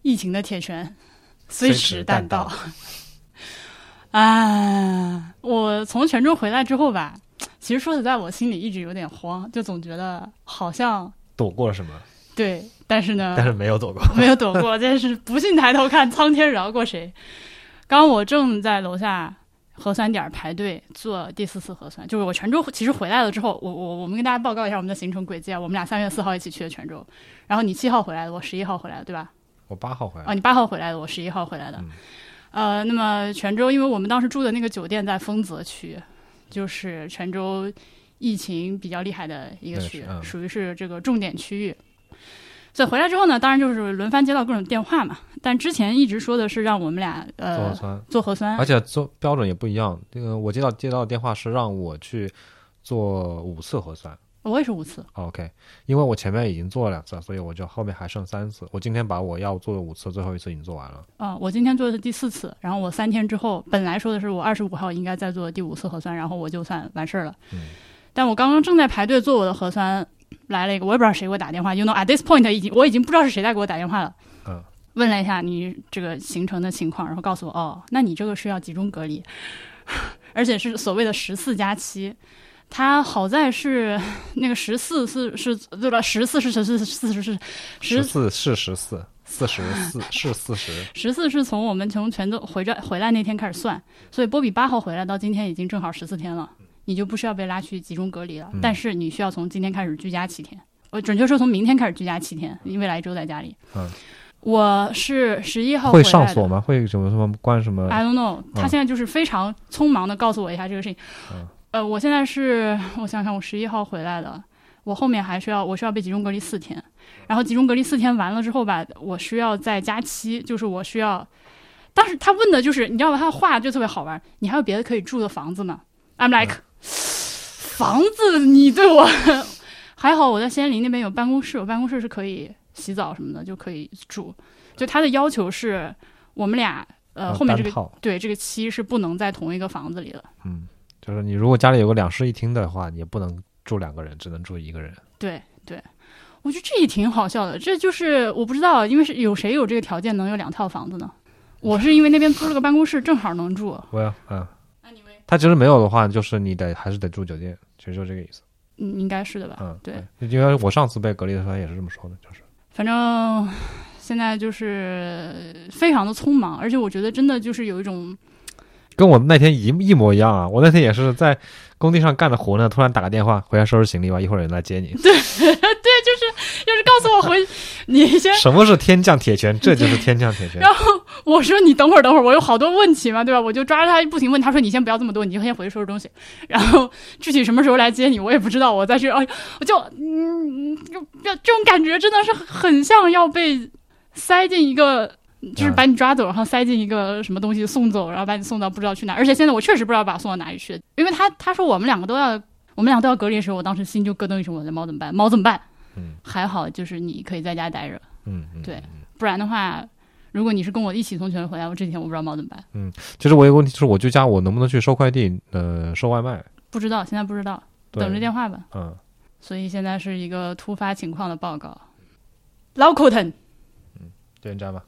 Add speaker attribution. Speaker 1: 疫情的铁拳，
Speaker 2: 虽
Speaker 1: 时
Speaker 2: 迟
Speaker 1: 但
Speaker 2: 但到。
Speaker 1: 啊，我从泉州回来之后吧，其实说实在，我心里一直有点慌，就总觉得好像
Speaker 2: 躲过了什么？
Speaker 1: 对，但是呢，
Speaker 2: 但是没有躲过。
Speaker 1: 没有躲过， 真是不信抬头看，苍天饶过谁。刚刚我正在楼下核酸点儿排队做第四次核酸，就是我泉州其实回来了之后，我我我们跟大家报告一下我们的行程轨迹啊，我们俩三月四号一起去的泉州，然后你七号回来的，我十一号回来的，对吧？
Speaker 2: 我八号回来
Speaker 1: 啊，，你八号回来的，我十一号回来的。
Speaker 2: 嗯
Speaker 1: 呃，那么泉州，因为我们当时住的那个酒店在丰泽区，就是泉州疫情比较厉害的一个
Speaker 2: 那个
Speaker 1: 区
Speaker 2: 区，嗯
Speaker 1: 属于是这个重点区域。所以回来之后呢，当然就是轮番接到各种电话嘛。但之前一直说的是让我们俩
Speaker 2: 做
Speaker 1: 呃
Speaker 2: 核酸，
Speaker 1: 做核酸
Speaker 2: 而，且做标准也不一样。这个我接到接到的电话是让我去做五次核酸。哦
Speaker 1: 我也是五次，
Speaker 2: OK，因为我前面已经做了两次，所以我就后面还剩三次。我今天把我要做的五次最后一次已经做完了。
Speaker 1: 啊、我今天做的是第四次，然后我三天之后，本来说的是我二十五号应该再做第五次核酸，然后我就算完事儿了。
Speaker 2: 嗯
Speaker 1: 但我刚刚正在排队做我的核酸，来了一个我也不知道谁给我打电话，you know at this point 已经我已经不知道是谁在给我打电话了。
Speaker 2: 嗯，
Speaker 1: 问了一下你这个行程的情况，然后告诉我哦，那你这个是要集中隔离， 而且是所谓的十四加七。它好在是 那个十四是是对吧？十四是十四四十是
Speaker 2: 十
Speaker 1: 十
Speaker 2: 四是十四，四十 四是四十。
Speaker 1: 十四是从我们从泉州回来回来那天开始算，所以波比八号回来到今天已经正好十四天了，你就不需要被拉去集中隔离了，
Speaker 2: 嗯
Speaker 1: 但是你需要从今天开始居家七天，呃，准确说从明天开始居家七天，因为来一周在家里。
Speaker 2: 嗯，
Speaker 1: 我是十一号
Speaker 2: 会
Speaker 1: 回来
Speaker 2: 上
Speaker 1: 的
Speaker 2: 锁吗？会什么什么关什么？
Speaker 1: I don't know，他现在就是非常匆忙的告诉我一下这个事情。
Speaker 2: 嗯
Speaker 1: 呃，我现在是我想想，我十一号回来的，我后面还需要我需要被集中隔离四天，然后集中隔离四天完了之后吧，我需要再加七，就是我需要。当时他问的就是，你知道吧？他的话就特别好玩。你还有别的可以住的房子吗？I'm like，、房子，你对我还好，我在仙林那边有办公室，我办公室是可以洗澡什么的，就可以住。就他的要求是我们俩呃
Speaker 2: 嗯
Speaker 1: 后面这个
Speaker 2: 单套
Speaker 1: 对，这个七是不能在同一个房子里的。
Speaker 2: 嗯，就是你如果家里有个两室一厅的话，你也不能住两个人，只能住一个人。
Speaker 1: 对对，我觉得这也挺好笑的。这就是我不知道，因为是有谁有这个条件能有两套房子呢？我是因为那边租了个办公室，正好能住。
Speaker 2: 我要嗯，他其实没有的话，就是你得还是得住酒店，其实就这个意思。
Speaker 1: 嗯，应该是的吧？
Speaker 2: 嗯，
Speaker 1: 对，
Speaker 2: 因为我上次被隔离的时候也是这么说的，就是
Speaker 1: 反正现在就是非常的匆忙，而且我觉得真的就是有一种
Speaker 2: 跟我那天一一模一样啊。我那天也是在工地上干着活呢，突然打个电话回来收拾行李吧，一会儿有人来接你。
Speaker 1: 就是告诉我回 你先
Speaker 2: 什么是天降铁拳？这就是天降 铁拳。
Speaker 1: 我说你等会儿，等会儿，我有好多问题嘛，对吧？我就抓着他不停问，他说你先不要这么多，你就先回去收拾东西。然后具体什么时候来接你，我也不知道。我再去，哎，我就嗯，就这种感觉真的是很像要被塞进一个，就是把你抓走，然后塞进一个什么东西送走，然后把你送到不知道去哪儿。而且现在我确实不知道把我送到哪里去，因为他他说我们两个都要，我们俩都要隔离的时候，我当时心就咯噔一声，我的猫怎么办？猫怎么办？
Speaker 2: 嗯
Speaker 1: 还好就是你可以在家待着，
Speaker 2: 嗯，嗯
Speaker 1: 对不然的话，如果你是跟我一起从泉州回来，我这几天我不知道猫怎么办。
Speaker 2: 其实我有个问题，就是我居家我能不能去收快递？呃，收外卖？
Speaker 1: 不知道，现在不知道，
Speaker 2: 对
Speaker 1: 等着电话吧。
Speaker 2: 嗯，
Speaker 1: 所以现在是一个突发情况的报告。Low c o t o n
Speaker 2: 就这样吧。